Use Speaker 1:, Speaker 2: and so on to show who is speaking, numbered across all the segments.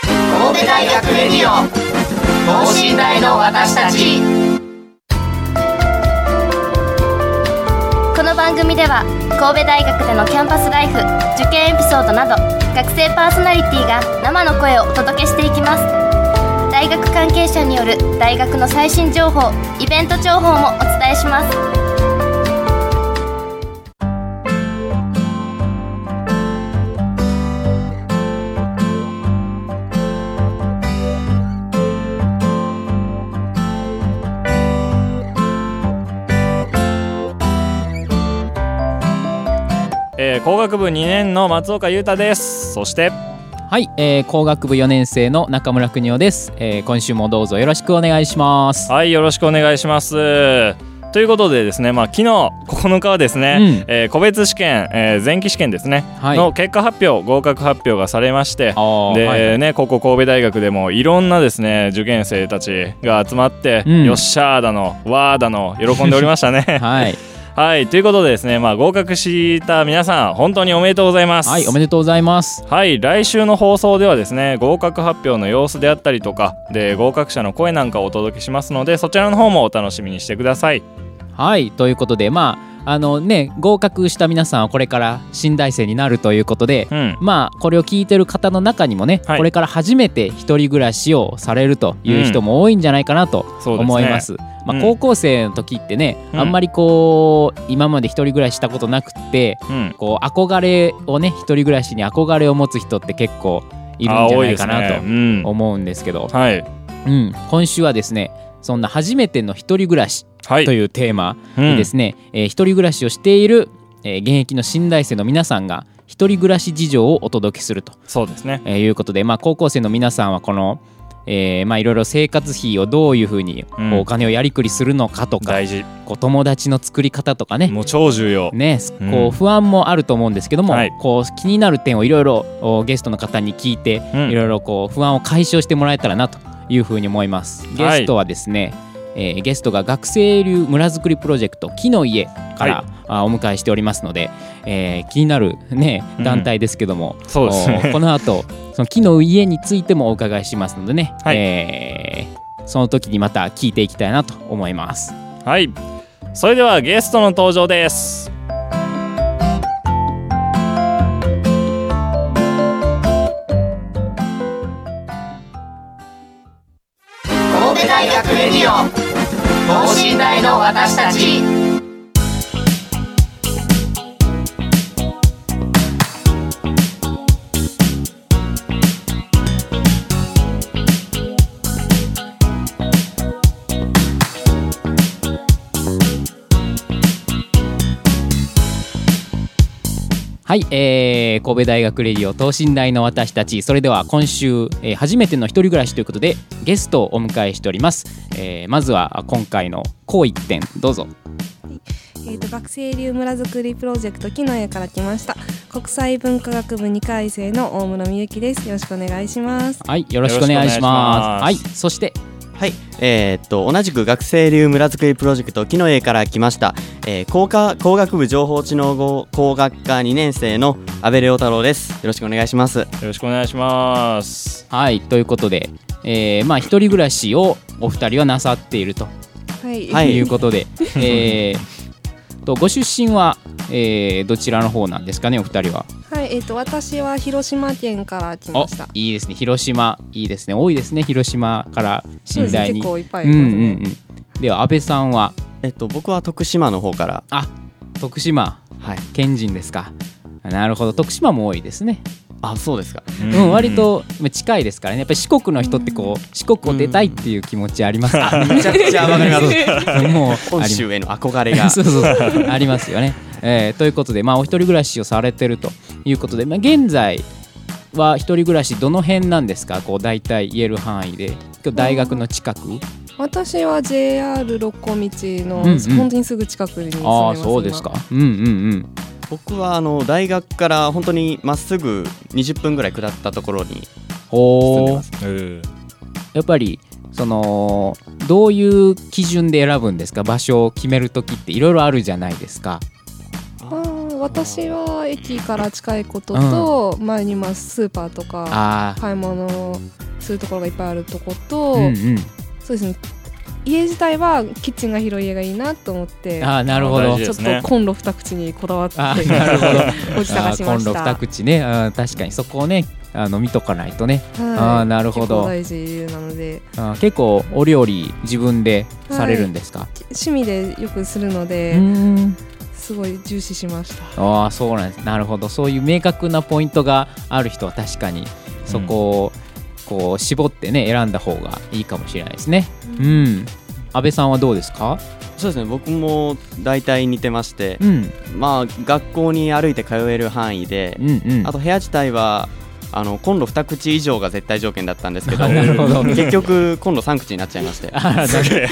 Speaker 1: 神戸大学レディオ等身大の私たち
Speaker 2: この番組では神戸大学でのキャンパスライフ受験エピソードなど学生パーソナリティが生の声をお届けしていきます大学関係者による大学の最新情報イベント情報もお伝えします
Speaker 3: えー工学部2年の松岡裕太ですそして
Speaker 4: はい、えー工学部4年生の中村邦夫です、えー今週もどうぞよろしくお願いします。
Speaker 3: はいよろしくお願いしますということでですね、まあ、昨日9日はですね、
Speaker 4: うん
Speaker 3: えー個別試験、えー前期試験ですね、
Speaker 4: はい
Speaker 3: の結果発表合格発表がされまして
Speaker 4: あー
Speaker 3: で、
Speaker 4: はい
Speaker 3: ねここ神戸大学でもいろんなですね受験生たちが集まって、
Speaker 4: うん
Speaker 3: よっしゃーだのわーだの喜んでおりましたね
Speaker 4: はい、
Speaker 3: はいということでですね、まあ、合格した皆さん本当におめでとうございます
Speaker 4: はい、おめでとうございます。
Speaker 3: はい来週の放送ではですね合格発表の様子であったりとかで合格者の声なんかをお届けしますのでそちらの方もお楽しみにしてください
Speaker 4: はい、ということで、まあ、あのね、合格した皆さんはこれから新大生になるということで、
Speaker 3: うん
Speaker 4: まあ、これを聞いてる方の中にもね、
Speaker 3: はい
Speaker 4: これから初めて一人暮らしをされるという人も多いんじゃないかなと
Speaker 3: そうですね
Speaker 4: 思います。ま
Speaker 3: うん
Speaker 4: あ、高校生の時ってね、
Speaker 3: うん
Speaker 4: あんまりこう今まで一人暮らししたことなくって、
Speaker 3: うん
Speaker 4: こう憧れをね一人暮らしに憧れを持つ人って結構いるんじゃないか
Speaker 3: あ多
Speaker 4: な
Speaker 3: です
Speaker 4: と
Speaker 3: ね
Speaker 4: 思うんですけど
Speaker 3: うん、はい
Speaker 4: うん、今週はですねそんな初めての一人暮らし
Speaker 3: はい
Speaker 4: というテーマ
Speaker 3: う
Speaker 4: で
Speaker 3: ん
Speaker 4: ですね、えー一人暮らしをしている、えー現役の新大生の皆さんが一人暮らし事情をお届けすると
Speaker 3: そうですね
Speaker 4: えーいうことで、まあ、高校生の皆さんはこの、えーまあ、いろいろ生活費をどういうふうにこ
Speaker 3: うん
Speaker 4: うお金をやりくりするのかとか、
Speaker 3: 大事
Speaker 4: こう友達の作り方とかね
Speaker 3: もう超重要
Speaker 4: ね
Speaker 3: うん
Speaker 4: こう不安もあると思うんですけども、
Speaker 3: はい
Speaker 4: こう気になる点をいろいろおゲストの方に聞いて、
Speaker 3: うん
Speaker 4: いろいろこう不安を解消してもらえたらなというふうに思います。ゲストはですね、えーゲストが学生流村づくりプロジェクト「木の家」から、
Speaker 3: はい
Speaker 4: あお迎えしておりますので、えー気になる、ね、団体ですけども、
Speaker 3: そうですね
Speaker 4: おこの後その木の家についてもお伺いしますのでね、
Speaker 3: はい
Speaker 4: えーその時にまた聞いていきたいなと思います。
Speaker 3: はいそれではゲストの登場です
Speaker 1: 神戸大学レディオ等身大の私たち
Speaker 4: はい、えー、神戸大学レディオ等身大の私たちそれでは今週、えー初めての一人暮らしということでゲストをお迎えしております、えーまずは今回のこう一点どうぞ
Speaker 5: えー、と学生流村づくりプロジェクト木の絵から来ました国際文化学部2回生の大室美由紀ですよろしくお願いします
Speaker 4: はいよろしくお願いし
Speaker 3: よろしくお願
Speaker 4: ますはいい
Speaker 3: し
Speaker 4: そして
Speaker 6: はい、えーっと同じく学生流村づくりプロジェクト木の絵から来ました、えー、工科工学部情報知能語工学科2年生の阿部亮太郎ですよろしくお願いします
Speaker 3: よろしくお願いします
Speaker 4: はいということで、えーまあ一人暮らしをお二人はなさっていると
Speaker 5: はい、
Speaker 6: はい
Speaker 4: いうことで、えーとご出身は、えーどちらの方なんですかねお二人は
Speaker 5: はいえー、と私は広島県から来
Speaker 4: お
Speaker 5: ました
Speaker 4: いいですね広島いいですね多いですね広島から
Speaker 5: そう
Speaker 4: 寝
Speaker 5: ですね
Speaker 4: 台に
Speaker 5: 結構いっぱい
Speaker 4: うん
Speaker 5: いうますね、
Speaker 4: んうん、では安倍さんは
Speaker 6: えっと僕は徳島の 方から
Speaker 4: あ徳島
Speaker 6: はい
Speaker 4: 県人ですかなるほど徳島も多いですね、
Speaker 6: あそうですか
Speaker 3: う
Speaker 4: うんん、割とまあ近いですからねやっぱり四国の人ってこう四国を出たいっていう気持ちありますから
Speaker 6: めちゃくちゃわかります
Speaker 4: もう
Speaker 6: 本
Speaker 4: あり
Speaker 6: 州への憧れが
Speaker 4: そうそうそうありますよね、えーということでまあお一人暮らしをされてるということで、まあ、現在は一人暮らしどの辺なんですかこう大体言える範囲で今日大学の近く
Speaker 5: 私は JR 六甲道の、
Speaker 4: うんうん
Speaker 5: 本当にすぐ近くに住んで
Speaker 4: あ
Speaker 5: ま
Speaker 4: あ
Speaker 5: す
Speaker 4: そうですかうんうんうん
Speaker 6: 僕はあの大学から本当にまっすぐ20分ぐらい下ったところに住んで
Speaker 4: ほ
Speaker 6: ま
Speaker 4: う
Speaker 6: す
Speaker 3: うん
Speaker 4: やっぱりそのどういう基準で選ぶんですか場所を決める時っていろいろあるじゃないですか。
Speaker 5: 今あー私は駅から近いことと、前にまあスーパーとか
Speaker 4: あ
Speaker 5: 買い物するところがいっぱいあるとこと、
Speaker 4: あうんうん
Speaker 5: そうですね家自体はキッチンが広い家がいいなと思って
Speaker 4: あーなるほど
Speaker 3: 大事
Speaker 5: ちょ
Speaker 3: で
Speaker 5: っ
Speaker 3: すね
Speaker 5: とコンロ二口にこだわって
Speaker 4: あーなるほど
Speaker 5: おじ探しま
Speaker 4: あーコンロ
Speaker 5: した
Speaker 4: 二口ねあー確かにそこをねあの見とかないとね
Speaker 5: はい
Speaker 4: あーなるほど
Speaker 5: 結構大事なので
Speaker 4: あー結構お料理自分でされるんですか、
Speaker 5: 趣味でよくするの
Speaker 4: うー
Speaker 5: で
Speaker 4: ん
Speaker 5: すごい重視しました
Speaker 4: ああそうなんですなるほどそういう明確なポイントがある人は確かにそこをこう絞ってね選んだ方がいいかもしれないですねうん、安倍さんはどうですか
Speaker 6: そうですね僕も大体似てまして、
Speaker 4: うん
Speaker 6: まあ学校に歩いて通える範囲で
Speaker 4: う、んうん
Speaker 6: あと部屋自体はあのコンロ2口以上が絶対条件だったんですけど
Speaker 4: あなるほど
Speaker 6: 結局コンロ3口になっちゃいまして
Speaker 4: あすげ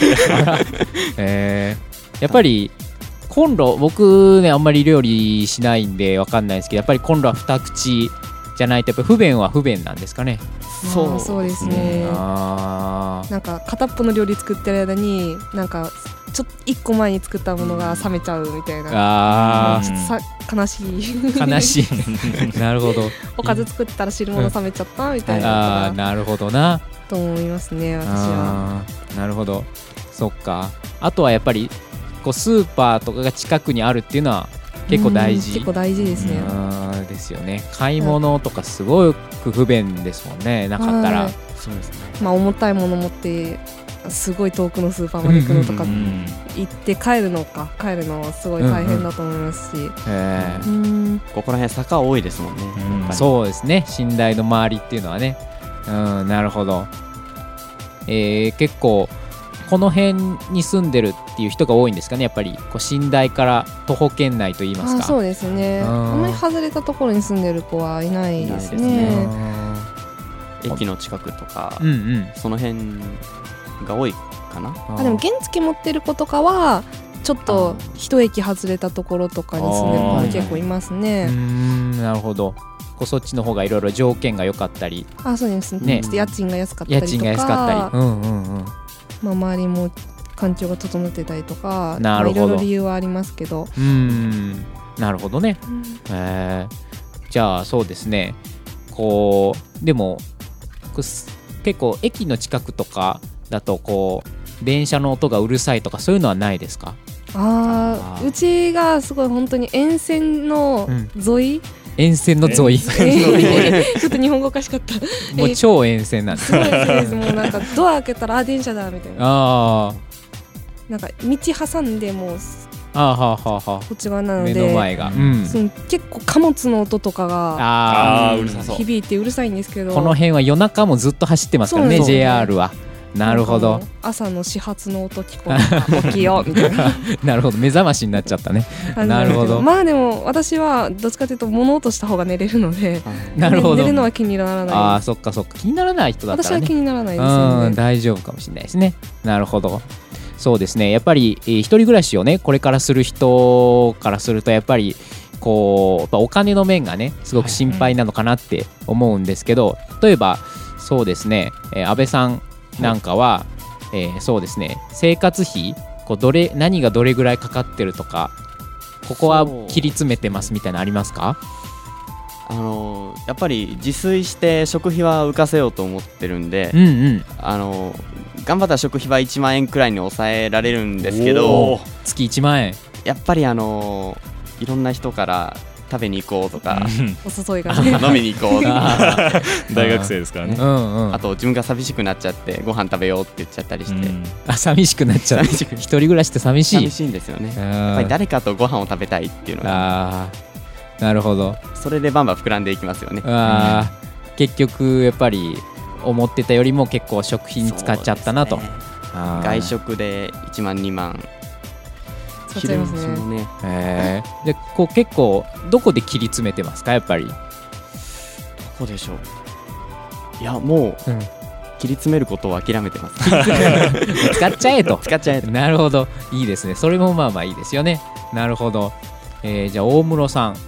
Speaker 4: えやっぱりコンロ僕ねあんまり料理しないんでわかんないですけどやっぱりコンロは二口じゃないとやっぱ不便は不便なんですかね、
Speaker 5: まあそうですね
Speaker 4: あー
Speaker 5: なんか片っぽの料理作ってる間になんかちょっと一個前に作ったものが冷めちゃうみたいな
Speaker 4: あ
Speaker 5: ちょっとさ悲しい
Speaker 4: ー悲しいなるほど
Speaker 5: おかず作ってたら汁物冷めちゃったみたい
Speaker 4: あ
Speaker 5: な
Speaker 4: ー
Speaker 5: こ
Speaker 4: なるほど
Speaker 5: と
Speaker 4: な
Speaker 5: だと思いますね私は
Speaker 4: あーなるほどそっかあとはやっぱりこうスーパーとかが近くにあるっていうのは結構大
Speaker 5: うん
Speaker 4: 事
Speaker 5: 結構大事ですね
Speaker 4: あーですよね買い物とかすごく不便ですもんねなかったら
Speaker 5: はい
Speaker 6: そうですね
Speaker 5: まあ重たいもの持ってすごい遠くのスーパーまで行くのとか
Speaker 3: うん
Speaker 5: 行って帰るのか帰るのはすごい大変だと思いますし
Speaker 4: えー
Speaker 5: うん
Speaker 6: ここら辺坂多いですもんね、
Speaker 3: うん
Speaker 6: やっぱり
Speaker 4: そうですね信頼の周りっていうのはねうんなるほどえー結構この辺に住んでるっていう人が多いんですかねやっぱりこう信頼から徒歩圏内といいます
Speaker 5: あ
Speaker 4: か
Speaker 5: そうですね
Speaker 4: うん
Speaker 5: あんまり外れたところに住んでる子はいないです
Speaker 6: いないです
Speaker 5: ね
Speaker 6: 駅の近くとか、
Speaker 4: うんうん
Speaker 6: その辺が多いかな
Speaker 5: あでも原付持ってる子とかはちょっと一駅外れたところとかに住んでる子も結構います
Speaker 4: うー
Speaker 5: ね。
Speaker 4: んなるほどこうそっちの方がいろいろ条件が良かったり
Speaker 5: あそうです
Speaker 4: ね
Speaker 5: ねちょっと家賃が安かったり
Speaker 4: 家
Speaker 5: とか
Speaker 4: 賃が安かったりうんうんうん
Speaker 5: まあ、周りも環境が整ってたりとか
Speaker 4: なるほど
Speaker 5: まあいろいろ理由はありますけど、
Speaker 4: うーんなるほどねえーじゃあそうですねこうでもこうす結構駅の近くとかだとこう電車の音がうるさいとかそういうのはないですか
Speaker 5: あ
Speaker 4: あ
Speaker 5: あ
Speaker 4: ー
Speaker 5: うちがすごい本当に沿線の沿い、
Speaker 4: 沿線の沿い
Speaker 5: ちょっと日本語おかしかった
Speaker 4: もう超沿線なんです
Speaker 5: すごいですもうなんかドア開けたらあ電車だみたいな
Speaker 4: あ
Speaker 5: なんか道挟んでもう
Speaker 4: ーあーはーはーは
Speaker 5: こっち側な
Speaker 4: ー
Speaker 5: の
Speaker 4: 目
Speaker 5: で
Speaker 4: の前が、う
Speaker 3: うん
Speaker 4: ん、
Speaker 5: その結構貨物の音とかが
Speaker 4: あ
Speaker 3: あ
Speaker 4: あ
Speaker 3: あうるさそう
Speaker 5: 響いてうるさいんですけど
Speaker 4: この辺は夜中もずっと走ってますからね
Speaker 5: そうですね
Speaker 4: JR はなるほ
Speaker 5: ん
Speaker 4: ど
Speaker 5: かもう朝の始発の音聞こえ た起きようみたいな
Speaker 4: なるほど目覚ましになっちゃったね
Speaker 5: 感じ
Speaker 4: なるほ ど
Speaker 5: まあでも私はどっちかというと物音した方が寝れるので
Speaker 4: なるほ
Speaker 5: 寝
Speaker 4: ど
Speaker 5: るのは気になら
Speaker 4: あ
Speaker 5: ない
Speaker 4: あ
Speaker 5: です
Speaker 4: そっかそっか気にならない人だった
Speaker 5: 私
Speaker 4: ら
Speaker 5: は
Speaker 4: ね
Speaker 5: 気にならないです
Speaker 4: う
Speaker 5: よ
Speaker 4: ん
Speaker 5: ね
Speaker 4: 大丈夫かもしれないですねなるほどそうですねやっぱり、えー一人暮らしをねこれからする人からするとやっぱりこうやっぱお金の面がねすごく心配なのかなって思うんですけど、例えばそうですね、えー安倍さんなんかは、えーそうですね生活費こうどれ何がどれぐらいかかってるとかここは
Speaker 6: そう
Speaker 4: 切り詰めてますみたいなのありますか
Speaker 6: あのやっぱり自炊して食費は浮かせようと思ってるんで
Speaker 4: うんうん
Speaker 6: あの頑張ったら食費は1万円くらいに抑えられるんですけど
Speaker 3: おー
Speaker 4: 月1万 円
Speaker 6: やっぱりあのいろんな人から食べに行こうとか
Speaker 5: お誘いがね
Speaker 6: 飲みに行こう とか
Speaker 4: あ
Speaker 3: 大学生ですからね
Speaker 4: ーうんうん
Speaker 6: あと自分が寂しくなっちゃってご飯食べようって言っちゃったりして、
Speaker 3: うん
Speaker 4: あ寂しくなっちゃう
Speaker 6: 寂しく
Speaker 4: 一人暮らしって寂しい
Speaker 6: 寂しいんですよねやっぱり誰かとご飯を食べたいっていうのが
Speaker 4: あーなるほど
Speaker 6: それでバンバン膨らんでいきますよね
Speaker 4: あー結局やっぱり思ってたよりも結構食費に使っちゃったなと、
Speaker 6: そうですね
Speaker 4: あー
Speaker 6: 外食で1万2万
Speaker 5: 使っちゃいますね
Speaker 6: 昼飯もね
Speaker 4: へーでこう結構どこで切り詰めてますかやっぱり、
Speaker 6: どこでしょういやもう切り詰めることを諦めてます
Speaker 4: 使っちゃえと
Speaker 6: 使っちゃえと
Speaker 4: なるほどいいですねそれもまあまあいいですよねなるほど、えーじゃあ大室さん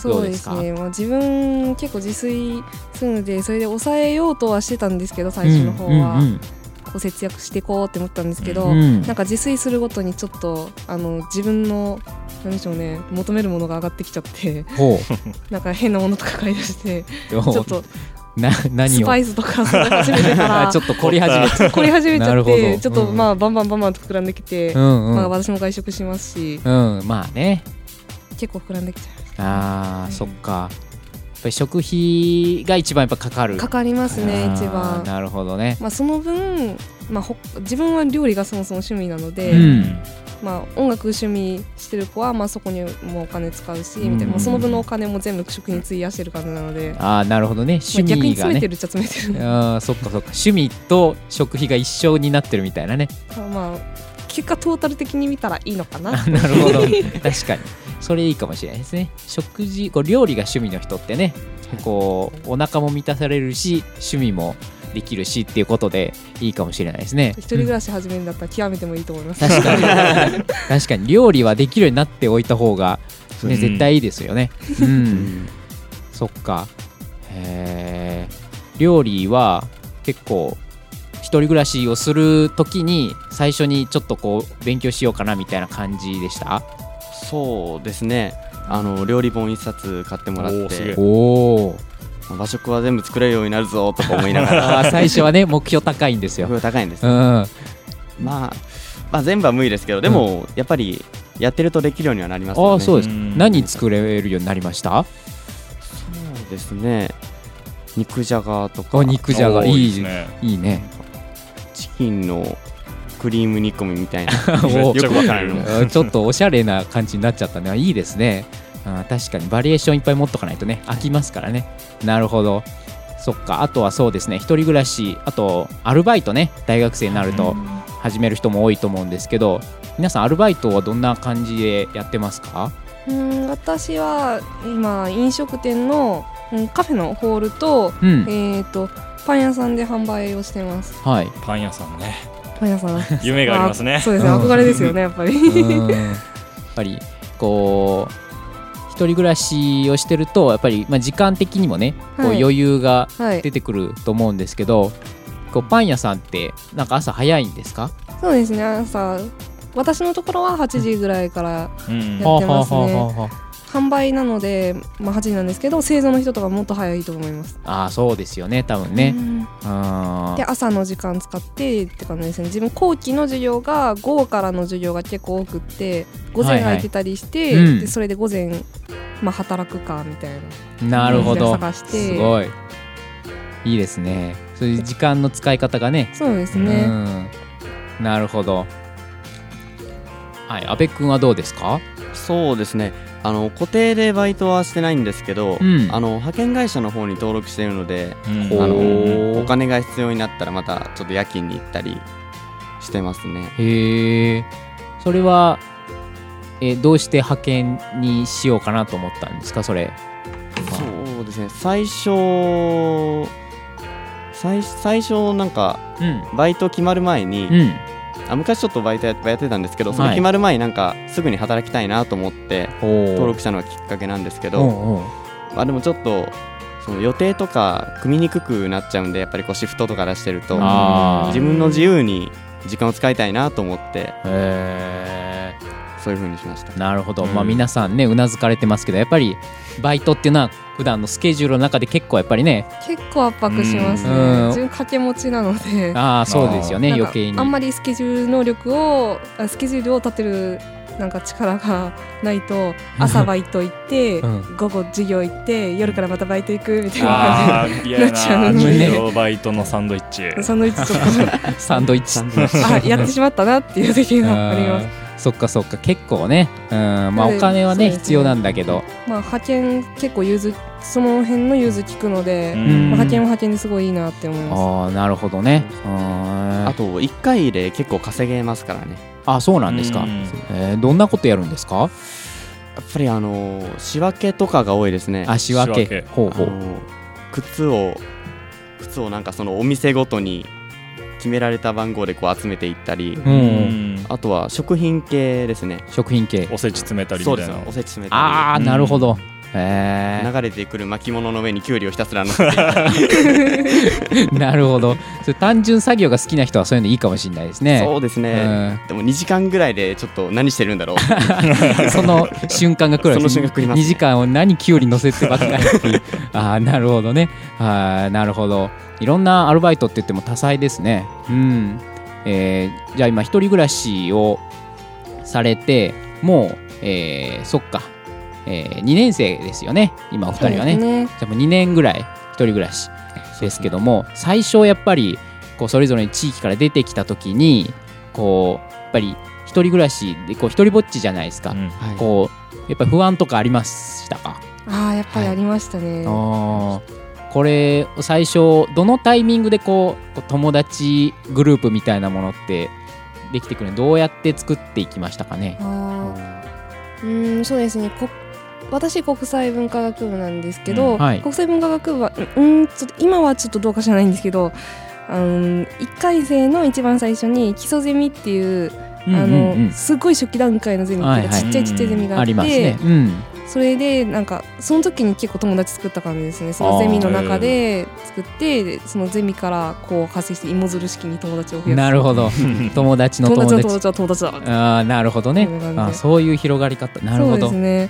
Speaker 5: そうです
Speaker 4: どう
Speaker 5: ね、まあ、自分結構自炊するのでそれで抑えようとはしてた最初の方は、
Speaker 4: うんうんうん
Speaker 5: こう節約していこうって思ったんですけど、
Speaker 4: うん
Speaker 5: なんか自炊するごとにちょっとあの自分の何でしょうね求めるものが上がってきちゃって
Speaker 4: ほ
Speaker 5: なんか変なものとか買い出 して
Speaker 4: う。
Speaker 5: ちょっと
Speaker 4: な何
Speaker 5: ス
Speaker 4: を
Speaker 5: パイスとか それ始めてか ら
Speaker 4: あちょっと凝り始 めて。
Speaker 5: 凝り始めち
Speaker 4: な
Speaker 5: ゃ
Speaker 4: る
Speaker 5: っ
Speaker 4: ほど
Speaker 5: てちょっとまあバンバンバンバンと膨らんできて、
Speaker 4: うんうん。
Speaker 5: まあ、私も外食しますし
Speaker 4: うん、まあね。
Speaker 5: 結構膨らんできちゃう
Speaker 4: あ
Speaker 5: う
Speaker 4: あ、
Speaker 5: ん
Speaker 4: そっか。やっぱり食費が一番やっぱかかる。
Speaker 5: かかりますね
Speaker 4: あー
Speaker 5: 一番
Speaker 4: なるほどね。
Speaker 5: まあ、その分、まあ、ほ自分は料理がそもそも趣味なので、
Speaker 4: うん。
Speaker 5: まあ、音楽趣味してる子は、まあ、そこにもお金使うし、
Speaker 4: うん
Speaker 5: みたいなまあその分のお金も全部食に費やしてる感じなので、まあ、
Speaker 4: ああ、なるほどね。趣
Speaker 5: 逆に
Speaker 4: 味が
Speaker 5: 詰め
Speaker 4: ね。
Speaker 5: てるっちゃ詰めてる、
Speaker 4: あーそっかそっか趣味と食費が一緒になってるみたいなね
Speaker 5: まあ結果トータル的に見たらいいのかな
Speaker 4: あなる ほど確かにそれいいかもしれないですね食事こう料理が趣味の人ってねこうお腹も満たされるし趣味もできるしっていうことでいいかもしれないですね
Speaker 5: 一人暮らし始めるんだったら極めてもいいと思います、
Speaker 4: 確かに確かに料理はできるようになっておいた方が、ね、
Speaker 3: うん
Speaker 4: 絶対いいですよねうん、
Speaker 6: うん
Speaker 4: そっかへー料理は結構一人暮らしをするときに最初にちょっとこう勉強しようかなみたいな感じでした
Speaker 6: そうですねあの料理本一冊買ってもらっ
Speaker 3: おーすげ
Speaker 6: て
Speaker 3: え
Speaker 4: おお
Speaker 6: 和食は全部作れるようになるぞとか思いなが ら
Speaker 4: 最初はね目標高いんです
Speaker 6: す
Speaker 4: よ
Speaker 6: ごい高いんです、
Speaker 4: うん
Speaker 6: まあ、まあ全部は無理ですけどでも、やっぱりやってるとできるようにはなりますよね
Speaker 4: ああそうです
Speaker 3: うん
Speaker 4: 何作れるようになりました
Speaker 6: そうですね肉じゃがとか
Speaker 4: あ肉じゃが
Speaker 3: おー
Speaker 4: いい
Speaker 3: いですね
Speaker 4: いい ね
Speaker 6: チキンのクリーム煮込みみたいな
Speaker 4: お
Speaker 3: めっちゃ
Speaker 6: よくわからん
Speaker 3: 食
Speaker 6: の
Speaker 3: える
Speaker 4: うんちょっとおしゃれな感じになっちゃったね。いいですね。あー確かにバリエーションいっぱい持っとかないとね、飽きますからね。なるほど。そっか、あとはそうですね、一人暮らし、あとアルバイトね、大学生になると始める人も多いと思うんですけど、皆さん、アルバイトはどんな感じでやってますか
Speaker 5: うん私は今飲食店の、うんカフェのホールと,、
Speaker 4: うん。
Speaker 5: えー、とパン屋さんで販売をしてます
Speaker 4: はい。う
Speaker 3: パン屋さんね
Speaker 5: パン屋さ ん
Speaker 3: 夢がありますね
Speaker 5: そうですね
Speaker 4: うん
Speaker 5: 憧れですよねやっぱり
Speaker 4: ーんやっぱり、こう、一人暮らしをしてると、やっぱり、まあ、時間的にもね、こう
Speaker 5: はい
Speaker 4: 余裕が
Speaker 5: はい
Speaker 4: 出てくると思うんですけど、こうパン屋さんってなんか朝早いんですか？
Speaker 5: そうですね朝私のところは8時ぐらいから
Speaker 3: うん
Speaker 5: やってますね
Speaker 4: はあはあはあは
Speaker 5: 販売なので、まあ、8時なんですけど製造の人とかもっと早いと思います
Speaker 4: ああーそうですよね多分ね
Speaker 5: う。ん
Speaker 4: あ
Speaker 5: で朝の時間使ってって感じですね自分後期の授業が午後からの授業が結構多くって午
Speaker 4: はい
Speaker 5: 前
Speaker 4: はい
Speaker 5: 空いてたりして、
Speaker 4: うん
Speaker 5: でそれで午前、まあ、働くかみたいな
Speaker 4: あなるほど。
Speaker 5: 探して
Speaker 4: すごい。いいですね。そういう時間の使い方がね。
Speaker 5: そうですね、
Speaker 4: うん。なるほど。はい阿部くんはどうですか？
Speaker 6: そうですねあの固定でバイトはしてないんですけど、
Speaker 4: うん
Speaker 6: あの派遣会社の方に登録しているので
Speaker 3: うん
Speaker 6: あ
Speaker 4: おー
Speaker 6: のお金が必要になったらまたちょっと夜勤に行ったりしてますね
Speaker 4: へえ。それは。えどうして派遣にしようかなと思ったんですかそれ
Speaker 6: そうですね最初最最初なんか
Speaker 4: うん
Speaker 6: バイト決まる前に、
Speaker 4: うん
Speaker 6: あ昔ちょっとバイトややってたんですけどその
Speaker 4: はい
Speaker 6: 決まる前になんかすぐに働きたいなと思って登
Speaker 4: 登
Speaker 6: 録したのがきっかけなんですけ
Speaker 4: う
Speaker 6: ど、
Speaker 4: んうん
Speaker 6: まあ、でもちょっとその予定とか組みにくくなっちゃうんでやっぱりこうシフトとか出してると
Speaker 4: あー
Speaker 6: 自分の自由に時間を使いたいなと思って
Speaker 4: へ
Speaker 6: そういう風にしました
Speaker 4: ーなるほど、
Speaker 3: うん
Speaker 4: まあ皆さんねうなずかれてますけどやっぱりバイトっていうのは普段のスケジュールの中で結構やっぱりね
Speaker 5: 結構圧迫しますね、
Speaker 4: うん
Speaker 5: 自分掛け持ちなので
Speaker 4: ああそうですよね
Speaker 5: なんか
Speaker 4: 余計に
Speaker 5: あんまりスケジュール能力をあスケジュールを立てるなんか力がないと朝バイト行って、
Speaker 4: う
Speaker 5: 午後授業行って夜からまたバイト行くみたいな感
Speaker 3: あー嫌や
Speaker 5: なっちゃ
Speaker 3: な
Speaker 5: う
Speaker 4: ね
Speaker 3: 授業バイトのサンドイッチ
Speaker 5: じでサンドイッチちょっ
Speaker 4: サンドイッチ
Speaker 5: と あやってしまったなっていう時があります
Speaker 4: あーそっかそっか結構ねうんまあ
Speaker 5: うん
Speaker 4: お金は
Speaker 5: そう
Speaker 4: ね
Speaker 5: ですね
Speaker 4: 必要なんだけど
Speaker 5: まあ派遣結構融通その辺の融通聞くので、
Speaker 3: うん
Speaker 5: まあ派遣は派遣ですごいいいなって思います
Speaker 4: ああなるほどねうーん
Speaker 6: あ
Speaker 4: あ
Speaker 6: と1回で結構稼げますからね
Speaker 4: あそうなんですか
Speaker 3: うん
Speaker 4: えーどんなことやるんですか
Speaker 6: やっぱりあのー仕分けとかが多いですね
Speaker 4: あ仕分
Speaker 3: 仕
Speaker 4: け
Speaker 3: 分け
Speaker 4: ほう
Speaker 6: あ
Speaker 4: ほ
Speaker 6: の
Speaker 4: う
Speaker 6: ー靴を靴をなんかそのお店ごとに決められた番号でこう集めていったり、
Speaker 4: う
Speaker 3: うんん
Speaker 6: あとは食品系ですね
Speaker 4: 食品系
Speaker 3: おせち詰めたり
Speaker 6: そ
Speaker 3: み
Speaker 6: う
Speaker 3: た
Speaker 6: で
Speaker 3: いな
Speaker 6: すねおせち詰めたり
Speaker 4: ああなるほどえ
Speaker 6: 流れてくる巻物の上にきゅうりをひたすら乗 せて
Speaker 4: ー、なるほどそれ単純作業が好きな人はそういうのいいかもしれないですね
Speaker 6: そうですねでも2時間ぐらいでちょっと何してる んだろう
Speaker 4: その瞬間が来るわけです
Speaker 6: その瞬間来ますね
Speaker 4: 2時間を何きゅうり乗せてばっ かりっていうああなるほどねあーなるほどいろんなアルバイトって言っても多彩ですねうん、えーじゃあ今一人暮らしをされてもう、えーそっか、え2年生ですよね今お二人はね
Speaker 5: ね
Speaker 4: じゃあもう2年ぐらい一人暮らしですけども、最初やっぱりこうそれぞれの地域から出てきた時にこうやっぱり一人暮らしでこう一人ぼっちじゃないですか、
Speaker 3: うん
Speaker 6: はい
Speaker 4: こうやっぱ不安とかありましたか、
Speaker 5: ああやっぱりありましたね、
Speaker 4: あーこれ最初どのタイミングでこうこう友達グループみたいなものってできてくるのどうやって作っていきましたかね、
Speaker 5: あーうーんそうですねこ私国際文化学部なんですけど、
Speaker 4: うんはい
Speaker 5: 国際文化学部はううんちょっと今はちょっとどうか知らないんですけどあの1回生の一番最初に基礎ゼミっていう、
Speaker 4: うんうん
Speaker 5: あ
Speaker 4: うん
Speaker 5: のすごい初期段階のゼミっていうか
Speaker 4: はいはい
Speaker 5: ちっちゃいちっちゃいゼミがあ
Speaker 4: あ
Speaker 5: って、
Speaker 4: りますね、うん、
Speaker 5: それでなんかその時に結構友達作った感じですねそのゼミの中で作ってでそのゼミからこう派生して芋づる式に友達を増やす
Speaker 4: なるほど友達の
Speaker 5: 友
Speaker 4: 友
Speaker 5: 達
Speaker 4: 達
Speaker 5: の友達は友達だ
Speaker 4: ああなるほどね
Speaker 5: そういう感じ
Speaker 4: あーそういう広がり方なるほど
Speaker 5: そうですね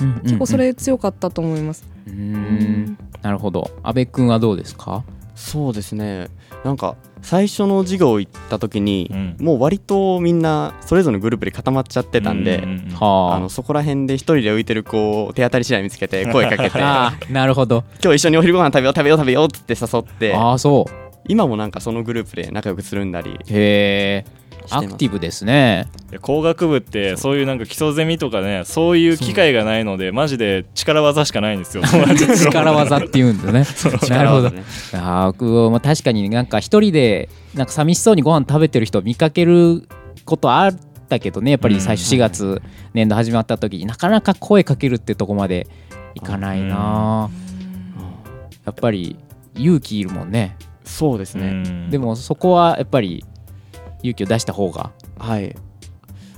Speaker 4: うんうんうん
Speaker 5: 結構それ強かったと思います、
Speaker 4: うーんなるほど阿部君はどうですか
Speaker 6: そうですねなんか最初の授業行った時に
Speaker 3: う、ん
Speaker 6: もう割とみんなそれぞれのグループで固まっちゃってたんで、
Speaker 3: ううん
Speaker 4: は
Speaker 6: あのそこら辺で一人で浮いてる子を手当たり次第見つけて声 かけて今
Speaker 4: あーなるほど
Speaker 6: 日一緒にお昼ご飯食べよう食べよう食べようっつって誘って
Speaker 4: ああそう
Speaker 6: 今もなんかそのグループで仲良くするんだり
Speaker 4: へえ
Speaker 6: ます
Speaker 4: アクティブですね
Speaker 3: いや工学部ってそういうなんか基礎ゼミとかねそういう機会がないのでマジで力技しかないんですよ友達作ろう
Speaker 4: 力技って言うんだ ねなるほど
Speaker 6: 力をね
Speaker 4: あー僕も確かになんか一人でなんか寂しそうにご飯食べてる人を見かけることあったけどねやっぱり最初4月年度始まった時になかなか声かけるってとこまでいかないなやっぱり勇気いるもんね
Speaker 6: そうです
Speaker 3: う
Speaker 6: ね、
Speaker 3: ん
Speaker 4: でもそこはやっぱり勇気を出した方が
Speaker 6: はい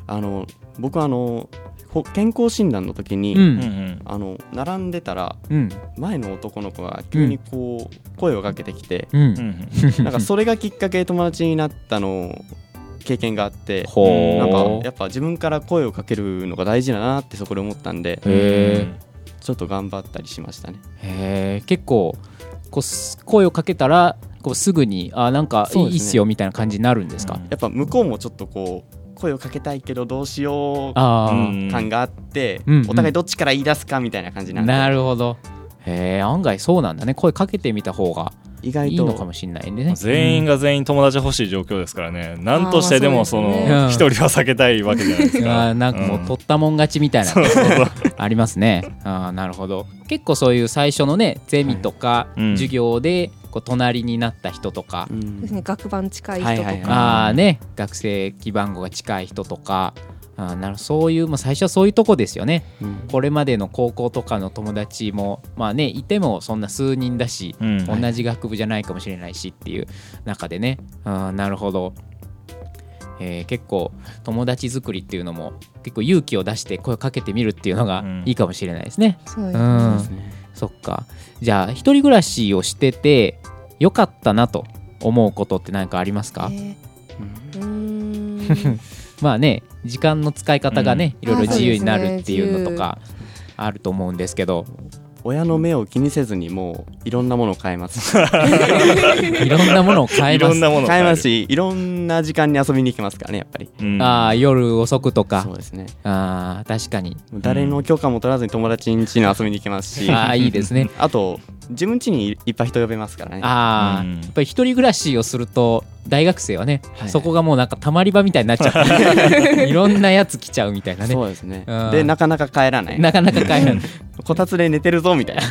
Speaker 6: あの僕はあのほ健康診断の時に、
Speaker 3: うんうん
Speaker 6: あの並んでたら
Speaker 4: うん
Speaker 6: 前の男の子が急にこう、声をかけてきて、
Speaker 4: うん
Speaker 3: うんうん
Speaker 6: なんかそれがきっかけで友達になったの経験があって
Speaker 4: ほう
Speaker 6: なんかやっぱ自分から声をかけるのが大事だなってそこで思ったんで
Speaker 4: へ
Speaker 6: ちょっと頑張ったりしましたね。
Speaker 4: えへえ結構こうす声をかけたらこうすぐにあなんかい
Speaker 6: そうですね
Speaker 4: いっすよみたいな感じになるんですか
Speaker 6: やっぱ向こうもちょっとこう声をかけたいけどどうしよう
Speaker 4: ああ、
Speaker 3: うん
Speaker 6: 感があって、
Speaker 4: うんうん
Speaker 6: お互いどっちから言い出すかみたいな感じなんで
Speaker 4: なるほどへえ案外そうなんだね声かけてみた方が
Speaker 6: 意外と
Speaker 4: いいのかもしれないんで
Speaker 3: ま
Speaker 4: ね
Speaker 3: あ全員
Speaker 4: が、
Speaker 3: が全員友達欲しい状況ですからねなんとしてでもそ
Speaker 5: あーそうです
Speaker 4: ね
Speaker 3: の一人は避けたいわけじゃないです
Speaker 4: うん
Speaker 3: か
Speaker 4: あーなんかもう取ったもん勝ちみたいな、ありますねあーなるほど結構そういう最初のねゼミとか
Speaker 3: うん
Speaker 4: 授業でこう隣になった人とか、
Speaker 6: うん
Speaker 5: ですね学番近い人とか、
Speaker 6: はいはいはい
Speaker 4: ああね学生基番号が近い人とかあーなるそういう、まあ、最初はそういうとこですよね
Speaker 6: うん
Speaker 4: これまでの高校とかの友達もまあねいてもそんな数人だし、
Speaker 3: うん
Speaker 4: 同じ学部じゃないかもしれないしっていう中でねあーなるほど、えー結構友達作りっていうのも結構勇気を出して声をかけてみるっていうのが
Speaker 3: うん
Speaker 4: いいかもしれないですね。
Speaker 5: そうです
Speaker 4: う
Speaker 5: ね
Speaker 4: ん
Speaker 6: そうですね
Speaker 4: そっかじゃあ一人暮らしをしてて良かったなと思うことって何かありますか、
Speaker 5: え
Speaker 6: うん
Speaker 5: ーうーん
Speaker 4: まあね時間の使い方がね、いろいろ自由にな
Speaker 5: あそう
Speaker 4: る
Speaker 5: ですね
Speaker 4: っていうのとかあると思うんですけど
Speaker 6: 親の目を気にせずにもういろんなものを買えます
Speaker 4: いろんなものを変え
Speaker 3: い
Speaker 4: ま
Speaker 3: ろん
Speaker 4: す
Speaker 3: なものを変
Speaker 6: 買え
Speaker 3: える
Speaker 6: ますしいろんな時間に遊びに行きますからねやっぱり
Speaker 3: うん
Speaker 4: あー夜遅くとか
Speaker 6: そうですね
Speaker 4: あー確かに
Speaker 6: 誰の許可も取らずに友達ん家に遊びに行きます し
Speaker 4: あーいいですね
Speaker 6: あと自分家にいっぱい人呼べますからね
Speaker 4: あー、
Speaker 3: うん
Speaker 4: やっぱり一人暮らしをすると大学生はね、
Speaker 6: はい
Speaker 4: そこがもうなんかたまり場みたいになっちゃういろんなやつ来ちゃうみたいなね
Speaker 6: そうですね
Speaker 4: うん
Speaker 6: でなかなか帰らない
Speaker 4: なかなか帰らない
Speaker 6: こたつで寝てるぞみた いな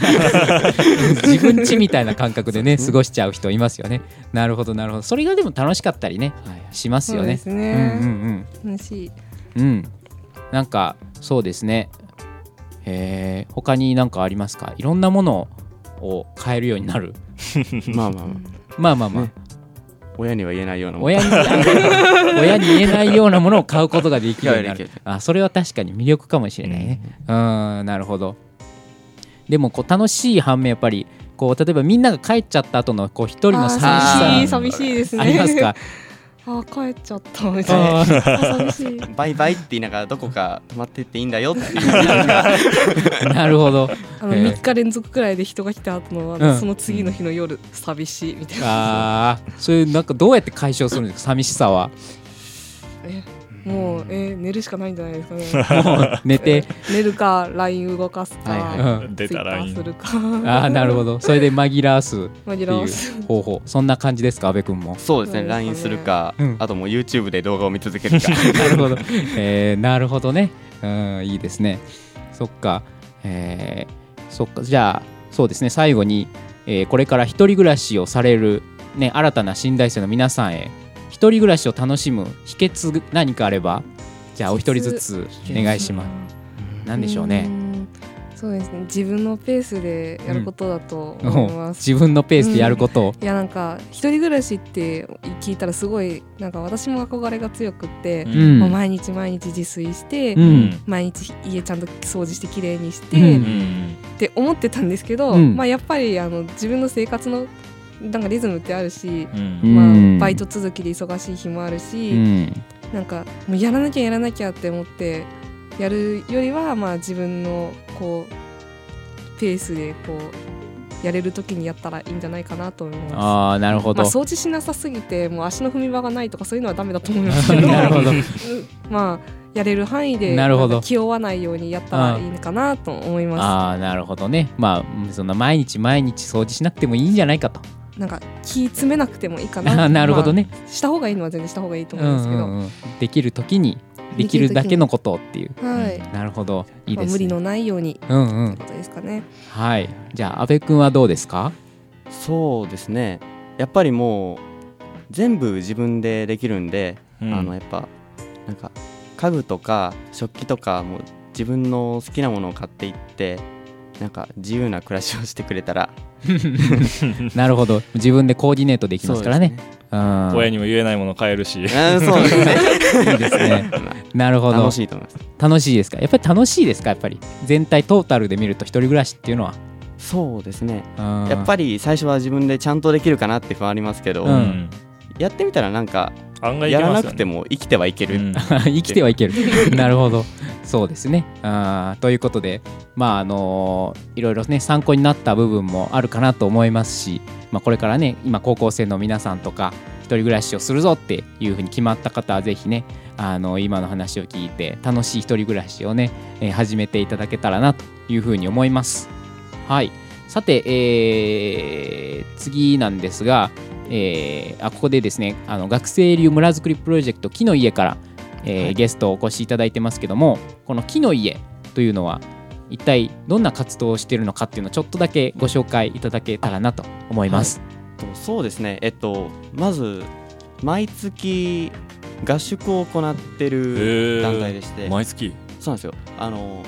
Speaker 4: 自分家みたいな感覚でね過ごしちゃう人いますよねなるほどなるほどそれがでも楽しかったりねします
Speaker 5: そ
Speaker 4: よ
Speaker 5: うで
Speaker 4: ね
Speaker 5: す
Speaker 4: う
Speaker 5: ね、
Speaker 4: ん
Speaker 5: 楽しい
Speaker 4: うんうんうんなんかそうですねへえ他になんかありますかいろんなものを変えるようになる
Speaker 6: まあまあま
Speaker 4: まあまあまあ、
Speaker 6: ねあ親には言えないようなもん
Speaker 4: 親に親に言えないようなものを買うことができるようにな
Speaker 6: 買う
Speaker 4: る
Speaker 6: ようにな
Speaker 4: あそれは確かに魅力かもしれないねうんなるほどでもこう楽しい反面やっぱりこう例えばみんなが帰っちゃった後のこう一人の寂し
Speaker 5: あー
Speaker 4: さ
Speaker 5: 寂しい寂しいですね
Speaker 4: ありますか
Speaker 5: あー帰っちゃったみたいなあ寂しい
Speaker 6: バイバイって言いながらどこか泊まってっていいんだよってい う
Speaker 4: なるほど
Speaker 5: あの
Speaker 4: えー
Speaker 5: 3日連続くらいで人が来た後のあ
Speaker 4: う
Speaker 5: の
Speaker 4: ん
Speaker 5: その次の日の夜寂しいみたいな
Speaker 4: あーそういうなんかどうやって解消するんですか寂しさは
Speaker 5: えもうえー寝るしかないんじゃないですかね
Speaker 4: もう寝て
Speaker 5: 寝るか LINE 動かすか、
Speaker 6: はいはい
Speaker 4: うん
Speaker 3: 出た
Speaker 5: Twitter
Speaker 3: ライ
Speaker 5: する
Speaker 3: ン
Speaker 5: か
Speaker 4: ああなるほどそれで紛らわすっ
Speaker 5: 紛
Speaker 4: て
Speaker 5: らわ
Speaker 4: い
Speaker 5: す
Speaker 4: う方法そんな感じですか阿部君も
Speaker 6: そうですね
Speaker 5: そうですね
Speaker 6: LINE するか、
Speaker 4: うん
Speaker 6: あともう YouTube で動画を見続け るか
Speaker 4: なるほど、えーなるほどね、うん、いいですねそっか、えーそっかじゃあそうですね最後に、えーこれから一人暮らしをされる、ね、新たな新大生の皆さんへ一人暮らしを楽しむ秘訣何かあればじゃあお一人ずつお願いします
Speaker 5: す
Speaker 4: 何でしょうね
Speaker 5: そうですね自分のペースでやることだと思い
Speaker 4: もう
Speaker 5: ます、
Speaker 4: 自分のペースでやることを、
Speaker 5: いやなんか一人暮らしって聞いたらすごいなんか私も憧れが強くって、
Speaker 3: う
Speaker 4: うんん
Speaker 5: もう毎日毎日自炊して、
Speaker 4: う
Speaker 3: うん
Speaker 5: 毎日家ちゃんと掃除してきれいにして、
Speaker 4: うん
Speaker 3: うん
Speaker 5: って思ってたんですけど、
Speaker 4: うん
Speaker 5: まあやっぱりあの自分の生活のなんかリズムってあるし、
Speaker 3: うん
Speaker 4: うん
Speaker 5: まあ、バイト続きで忙しい日もあるし、
Speaker 4: うん
Speaker 5: なんかもうやらなきゃやらなきゃって思ってやるよりはまあ自分のこうペースでこうやれる時にやったらいいんじゃないかなと思います。
Speaker 4: ああなるほ
Speaker 5: ま
Speaker 4: ど、
Speaker 5: あ、掃除しなさすぎてもう足の踏み場がないとかそういうのはダメだと思いますけど
Speaker 4: なるほど
Speaker 5: まあやれる範囲で
Speaker 4: なるほど
Speaker 5: んか気負わないようにやったらいいのかなと思いま
Speaker 4: ああなるほどねまあうんそんな毎日毎日掃除しなくてもいいんじゃないかと
Speaker 5: すなんか気詰めなくてもいいかな
Speaker 4: あー なるほどね、
Speaker 5: まあした方がいいのは全然した方がいいと
Speaker 4: う
Speaker 5: 思うんですけど、
Speaker 4: んうんうんできる時にできるだけのことをっていう
Speaker 5: はい、
Speaker 4: なるほどいい
Speaker 5: ま
Speaker 4: で
Speaker 5: あ、
Speaker 4: す、ね
Speaker 5: 無理のないように
Speaker 4: うんう
Speaker 5: って
Speaker 4: ん
Speaker 5: ことですかね、
Speaker 4: はいじゃあ阿部君はどうですか
Speaker 6: そうですねやっぱりもう全部自分でできるんで、
Speaker 3: うん
Speaker 6: あのやっぱなんか家具とか食器とかもう自分の好きなものを買っていってなんか自由な暮らしをしてくれたら
Speaker 4: なるほど自分でコーディネートできますからねうん
Speaker 3: 親にも言えないもの買えるし
Speaker 6: そうですねうんそうですね
Speaker 4: いいですねなるほど
Speaker 6: 楽しいと思います
Speaker 4: 楽しいですかやっぱり楽しいですかやっぱり全体トータルで見ると一人暮らしっていうのは
Speaker 6: そうですねや
Speaker 4: や
Speaker 6: っぱ
Speaker 4: り
Speaker 6: り最初は自分でちゃんとできるかなって不安ありますけど、
Speaker 4: うん
Speaker 6: やってみたらなんか
Speaker 3: 案外いけ
Speaker 6: やら
Speaker 3: ま
Speaker 6: な
Speaker 3: すよ
Speaker 6: く
Speaker 3: ね
Speaker 6: ても生きてはいける、
Speaker 3: うん
Speaker 4: 生きてはいけるなるほどそうですねあーということでまああのーいろいろね参考になった部分もあるかなと思いますし、まあ、これからね今高校生の皆さんとか一人暮らしをするぞっていうふうに決まった方はぜひねあの今の話を聞いて楽しい一人暮らしをね、えー始めていただけたらなというふうに思いますはいさて、えー次なんですが、えーあここでですねあの学生流村づくりプロジェクト木の家から、えーゲストをお越しいただいてますけどもこの木の家というのは一体どんな活動をしているのかっていうのをちょっとだけご紹介いただけたらなと思います。
Speaker 6: とそうですねえっとまず毎月合宿を行って
Speaker 3: へ
Speaker 6: る
Speaker 3: ー
Speaker 6: 団体でして、
Speaker 3: 毎月
Speaker 6: そうなんですよあの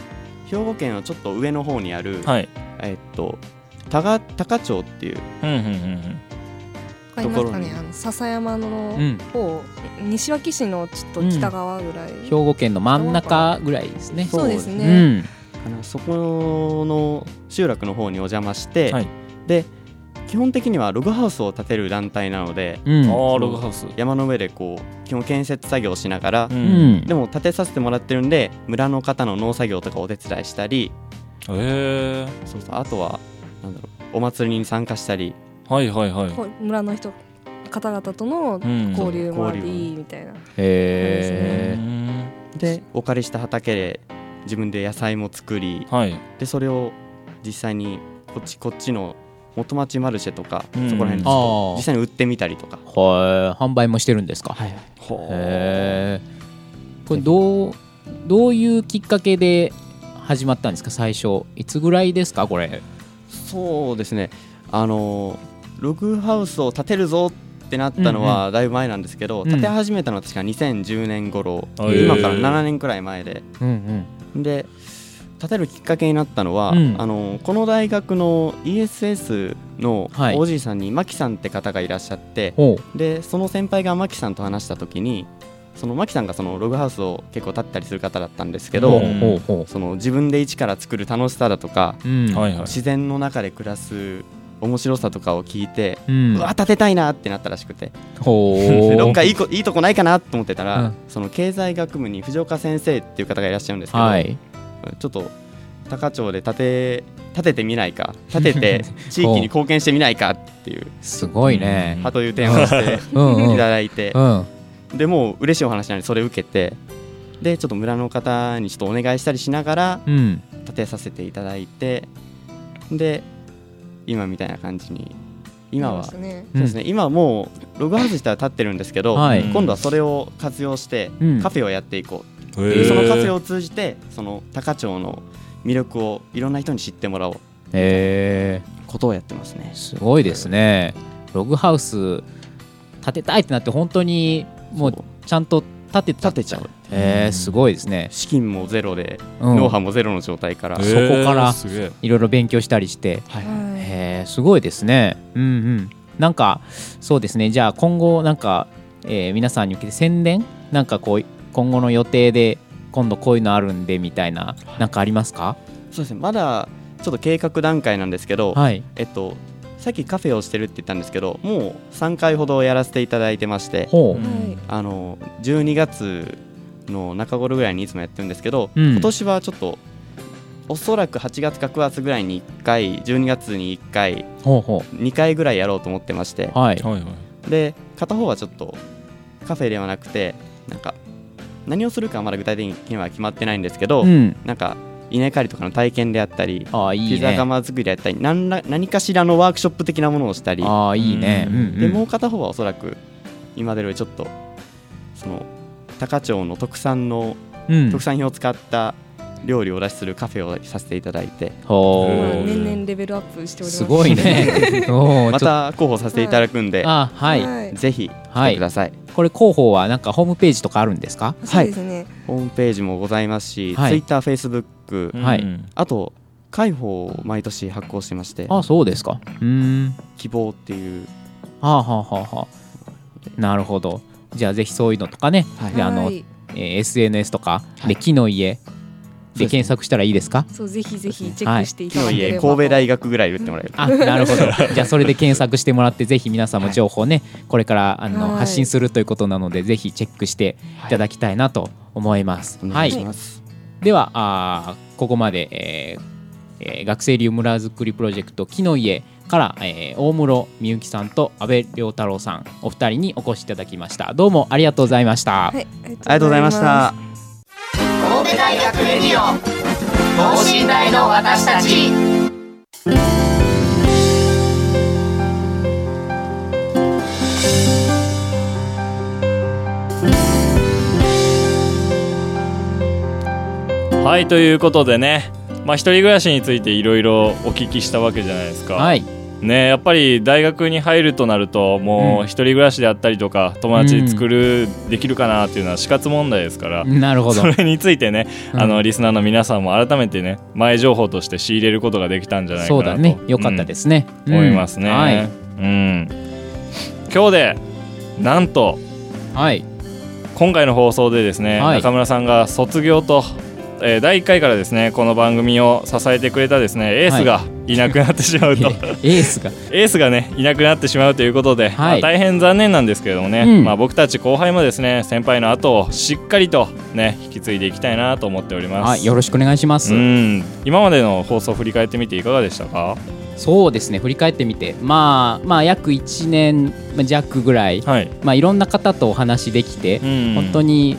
Speaker 6: 兵庫県のちょっと上の方にある、
Speaker 3: はい
Speaker 6: えっと高高町っていう
Speaker 3: うんうんうん
Speaker 5: わかりますか
Speaker 6: ところに
Speaker 5: ねあの笹山
Speaker 4: う
Speaker 5: の
Speaker 4: ん、
Speaker 5: 方、西脇市のちょっと北側ぐらい、
Speaker 4: 兵庫県の真ん中ぐらいですね。
Speaker 5: そうです
Speaker 4: うん、
Speaker 5: ね、
Speaker 6: あのそこの集落の方にお邪魔して、
Speaker 3: はい
Speaker 6: で基本的にはログハウスを建てる団体なので
Speaker 4: うん、
Speaker 3: あー
Speaker 6: そう
Speaker 3: ログハウス
Speaker 6: 山の上でこう基本建設作業をしながら、
Speaker 4: う
Speaker 3: うん
Speaker 4: ん、
Speaker 6: でも建てさせてもらってるんで村の方の農作業とかお手伝いしたり
Speaker 3: へえ
Speaker 6: そうそうあとはなんだろうお祭りに参加したり
Speaker 3: はいはいはい
Speaker 5: こう村の人方々との
Speaker 3: うん
Speaker 5: 交流もあ
Speaker 6: 交
Speaker 5: り
Speaker 6: 流
Speaker 5: みたいな、
Speaker 3: う
Speaker 4: へ
Speaker 3: ん
Speaker 6: でお借りした畑で自分で野菜も作り
Speaker 3: はい
Speaker 6: でそれを実際にこっちこっちの元町マルシェとか、
Speaker 3: うん
Speaker 6: そこら辺でちょ
Speaker 4: あ
Speaker 6: っと
Speaker 4: ー
Speaker 6: 実際に売ってみたりとか
Speaker 4: ー、はい、販売もしてるんですか。
Speaker 6: はいはい
Speaker 3: ほ
Speaker 4: へえ。これどうどういうきっかけで始まったんですか最初いつぐらいですかこれ。
Speaker 6: そうですねあのーログハウスを建てるぞってなったのはだいぶ前なんですけど、
Speaker 4: うん
Speaker 6: 建て始めたのは確か2010年頃、
Speaker 3: へ
Speaker 4: ー
Speaker 6: 今から7年くらい前で
Speaker 4: うん
Speaker 6: で建てるきっかけになったのは、
Speaker 4: うん
Speaker 6: あのこの大学の ESS の
Speaker 4: はい
Speaker 6: OG さんにマキさんって方がいらっしゃって、
Speaker 4: ほう
Speaker 6: でその先輩がマキさんと話した時にそのマキさんがそのログハウスを結構建ったりする方だったんですけ
Speaker 4: け
Speaker 6: ど、
Speaker 4: ど、
Speaker 3: うん
Speaker 4: ほうほ
Speaker 6: その自分で一から作る楽しさだとか、
Speaker 4: う、うん
Speaker 3: はいはい
Speaker 6: 自然の中で暮らす面白さとかを聞いて、
Speaker 4: うん
Speaker 6: うわ建てたいなってなったらしくて
Speaker 4: ほ
Speaker 6: で
Speaker 4: う
Speaker 6: ど っかいいこいいとこないかなと思ってたら、
Speaker 4: うん
Speaker 6: その経済学部に藤岡先生っていう方がいらっしゃるんですけど、
Speaker 4: はい
Speaker 6: ちょっと高町で建て建ててみな いか建てて地域に貢献してみないかっていう
Speaker 4: すごいね
Speaker 6: 派という提案をして
Speaker 4: うんうん
Speaker 6: いただいて
Speaker 4: う、ん
Speaker 6: でもう嬉しいお話なのでそれ受けてでちょっと村の方にちょっとお願いしたりしながら
Speaker 4: うん
Speaker 6: 建てさせていただいてで今みたいな感じに今は
Speaker 5: そ
Speaker 6: そう
Speaker 5: ですね
Speaker 6: うですね今はもうログハウス自体は建ってるんですけど、
Speaker 4: はい
Speaker 6: 今度はそれを活用して
Speaker 4: うん
Speaker 6: カフェをやっていこう
Speaker 3: へ
Speaker 6: で
Speaker 3: ー
Speaker 6: そのカフェを通じてその高町の魅力をいろんな人に知ってもらおう
Speaker 4: え
Speaker 6: ことをやってますね
Speaker 4: ー、すごいですねログハウス建てたいってなって本当にもう
Speaker 6: そう
Speaker 4: ちゃんと建てた
Speaker 6: 建てちゃう
Speaker 4: えー、すごいですね、
Speaker 6: 資金もゼロで、
Speaker 4: うん、
Speaker 6: ノウハウもゼロの状態から、
Speaker 3: へ
Speaker 4: そ
Speaker 3: ー
Speaker 4: こから
Speaker 3: すげえ
Speaker 4: いろいろ勉強したりして
Speaker 6: はい
Speaker 5: は
Speaker 4: へえすごいですね。うんうん。なんかそうですね。じゃあ今後なんか、えー皆さんに向けて宣伝なんかこう今後の予定で今度こういうのあるんでみたいななんかありますか？
Speaker 6: そうですねまだちょっと計画段階なんですけど、
Speaker 4: はい。
Speaker 6: えっとさっきカフェをしてるって言ったんですけどもう3回ほどやらせていただいてまして
Speaker 4: ほ
Speaker 5: い、はい、
Speaker 6: あの12月の中頃ぐらいにいつもやってるんですけど、
Speaker 4: うん
Speaker 6: 今年はちょっとおそらく8月か9月ぐらいに1回12月に1回
Speaker 4: うほうほ
Speaker 6: 2回ぐらいやろうと思ってまして
Speaker 4: う。はい。
Speaker 3: はいはい
Speaker 6: で片方はちょっとカフェではなくてなんか何をするかはまだ具体的には決まってないんですけど、
Speaker 4: うん。
Speaker 6: なんか稲刈りとかの体験であったり
Speaker 4: ああいいね。
Speaker 6: ピザ窯作りであったり何ら何かしらのワークショップ的なものをしたり
Speaker 4: ああいいね。
Speaker 3: う
Speaker 4: うんん、うん。
Speaker 6: でもう片方はおそらく今出るよりちょっとその高町の特産の、
Speaker 4: うん
Speaker 6: 特産品を使った料理をお出しするカフェをさせていただいて
Speaker 4: ほ
Speaker 5: まあ
Speaker 3: うん
Speaker 4: う。
Speaker 5: 年々レベルアップしております
Speaker 4: すごい ね。おお。
Speaker 6: ま
Speaker 4: ちょっと
Speaker 6: た候補させていただくんで、
Speaker 4: あはい。
Speaker 5: はい、
Speaker 6: ぜひ来てください、
Speaker 4: これ広報はなんかホームページとかあるんですか？
Speaker 5: そうですね、
Speaker 6: ホームページもございますし、
Speaker 4: はい
Speaker 6: TwitterFacebook、
Speaker 4: はい
Speaker 3: うん
Speaker 6: あと開放を毎年発行してまして
Speaker 4: あそうですか。うーん。
Speaker 6: 希望っていう
Speaker 4: はあはあはあはあなるほどじゃあぜひそういうのとかね、
Speaker 6: はい
Speaker 4: であの、
Speaker 5: は
Speaker 4: え
Speaker 5: い
Speaker 4: ー SNS とか
Speaker 6: はい
Speaker 4: で木の家
Speaker 6: そうです
Speaker 4: で
Speaker 6: ね
Speaker 4: 検索したらいいですか
Speaker 5: そうぜひぜひチェックしていた
Speaker 6: 木の
Speaker 5: だけれ
Speaker 6: 家
Speaker 5: ば、
Speaker 6: 神戸大学ぐらい売ってもらえる
Speaker 4: あなる ほどじゃあそれで検索してもらってぜひ皆さんも情報ね、これからあの、
Speaker 5: はい
Speaker 4: 発信するということなのでぜひチェックしていただきたいなと思います。
Speaker 6: お
Speaker 4: は
Speaker 6: 願
Speaker 4: い
Speaker 6: いします、
Speaker 4: ではあーここまで、えーえー学生流村づくりプロジェクト木の家から、えー大室美幸さんと阿部良太郎さんお二人にお越しいただきましたどうもありがとうございました、
Speaker 5: はい、あり
Speaker 6: ありがとうございまし
Speaker 5: す
Speaker 6: た
Speaker 1: 神戸大学レディオ等身大の私たち
Speaker 3: はいということでねまあ一人暮らしについていろいろお聞きしたわけじゃないですか
Speaker 4: はい
Speaker 3: ねやっぱり大学に入るとなるとも
Speaker 4: う
Speaker 3: う
Speaker 4: ん
Speaker 3: 一人暮らしであったりとか友達作る、できるかなっていうのは死活問題ですから、
Speaker 4: なるほど
Speaker 3: それについてね、
Speaker 4: うん
Speaker 3: あのリスナーの皆さんも改めてね前情報として仕入れることができたんじゃないか
Speaker 4: そ
Speaker 3: なと、
Speaker 4: うだねよかったですすね、
Speaker 3: うん思いますね、
Speaker 4: うんはい、
Speaker 3: うん、今日でなんと
Speaker 4: はい、
Speaker 3: 今回の放送でですね、
Speaker 4: はい
Speaker 3: 中村さんが卒業と、えー第1回からですねこの番組を支えてくれたですねエースがいなくなってしまう と、
Speaker 4: エースが
Speaker 3: エースがねいなくなってしまうということで、
Speaker 4: はい
Speaker 3: まあ大変残念なんですけれどもね、
Speaker 4: うん
Speaker 3: まあ、僕たち後輩もですね先輩の後をしっかりとね引き継いでいきたいなと思っております。
Speaker 4: はいよろしくお願いします、
Speaker 3: うん今までの放送振り返ってみていかがでしたか
Speaker 4: そうですね振り返ってみてまあまあ約1年弱ぐらい、
Speaker 3: はい、
Speaker 4: まあ、いろんな方とお話できて、
Speaker 3: うん
Speaker 4: 本当に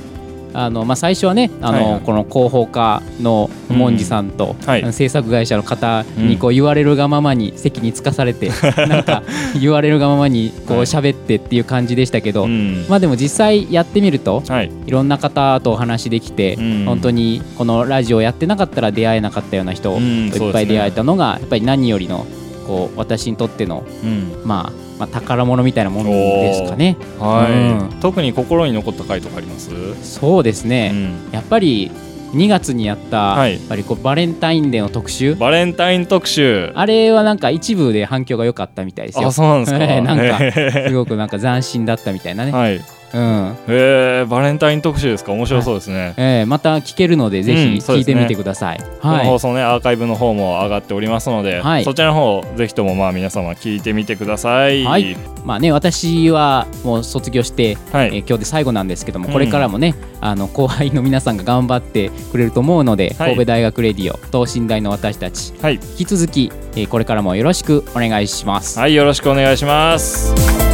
Speaker 4: あの、まあ、最初はねあの、
Speaker 3: はいはい
Speaker 4: この広報課のモンジさんと、
Speaker 3: んはい
Speaker 4: あの制作会社の方
Speaker 3: う
Speaker 4: に
Speaker 3: ん
Speaker 4: こう言われるがままに席につかされ て、なんか言われるがままにこう
Speaker 3: はい
Speaker 4: 喋ってっていう感じでしたけど、
Speaker 3: うん
Speaker 4: まあでも実際やってみると
Speaker 3: はい
Speaker 4: いろんな方とお話できて、
Speaker 3: うん
Speaker 4: 本当にこのラジオやってなかったら出会えなかったような人
Speaker 3: う
Speaker 4: と
Speaker 3: ん
Speaker 4: いっぱい出会えたのが、やっぱり何よりのこう私にとっての、
Speaker 3: うん
Speaker 4: まあ、まあ宝物みたいなものですかね。
Speaker 3: はい
Speaker 4: うん
Speaker 3: 特に心に残った回とかあります、
Speaker 4: そうですね、
Speaker 3: うん
Speaker 4: やっぱり2月にやった、
Speaker 3: はい
Speaker 4: やっぱりこうバレンタインデーの特集
Speaker 3: バレンタイン特集
Speaker 4: あれはなんか一部で反響が良かったみたいですよ
Speaker 3: あそうなんですか
Speaker 4: ええなんか
Speaker 3: え
Speaker 4: すごくなんか斬新だったみたいな
Speaker 3: え
Speaker 4: ね、
Speaker 3: はい
Speaker 4: うん
Speaker 3: えー、バレンタイン特集ですか面白そうですね、
Speaker 4: えー、また聞けるのでぜひ
Speaker 3: うんそう
Speaker 4: 聞
Speaker 3: ですね
Speaker 4: いてみてください、
Speaker 3: こ
Speaker 4: は
Speaker 3: の放
Speaker 4: い
Speaker 3: 送ねアーカイブの方も上がっておりますので、
Speaker 4: はい
Speaker 3: そちらの方ぜひともまあ皆様聞いてみてください
Speaker 4: はいまあね私はもう卒業して、
Speaker 3: は
Speaker 4: えー
Speaker 3: い
Speaker 4: 今日で最後なんですけども
Speaker 3: うん
Speaker 4: これからもね、あの後輩の皆さんが頑張ってくれると思うので、
Speaker 3: はい
Speaker 4: 神戸大学レディオ等身大の私たち
Speaker 3: はい、
Speaker 4: 引き続き、えーこれからもよろしくお願いします
Speaker 3: はい、よろしくお願いします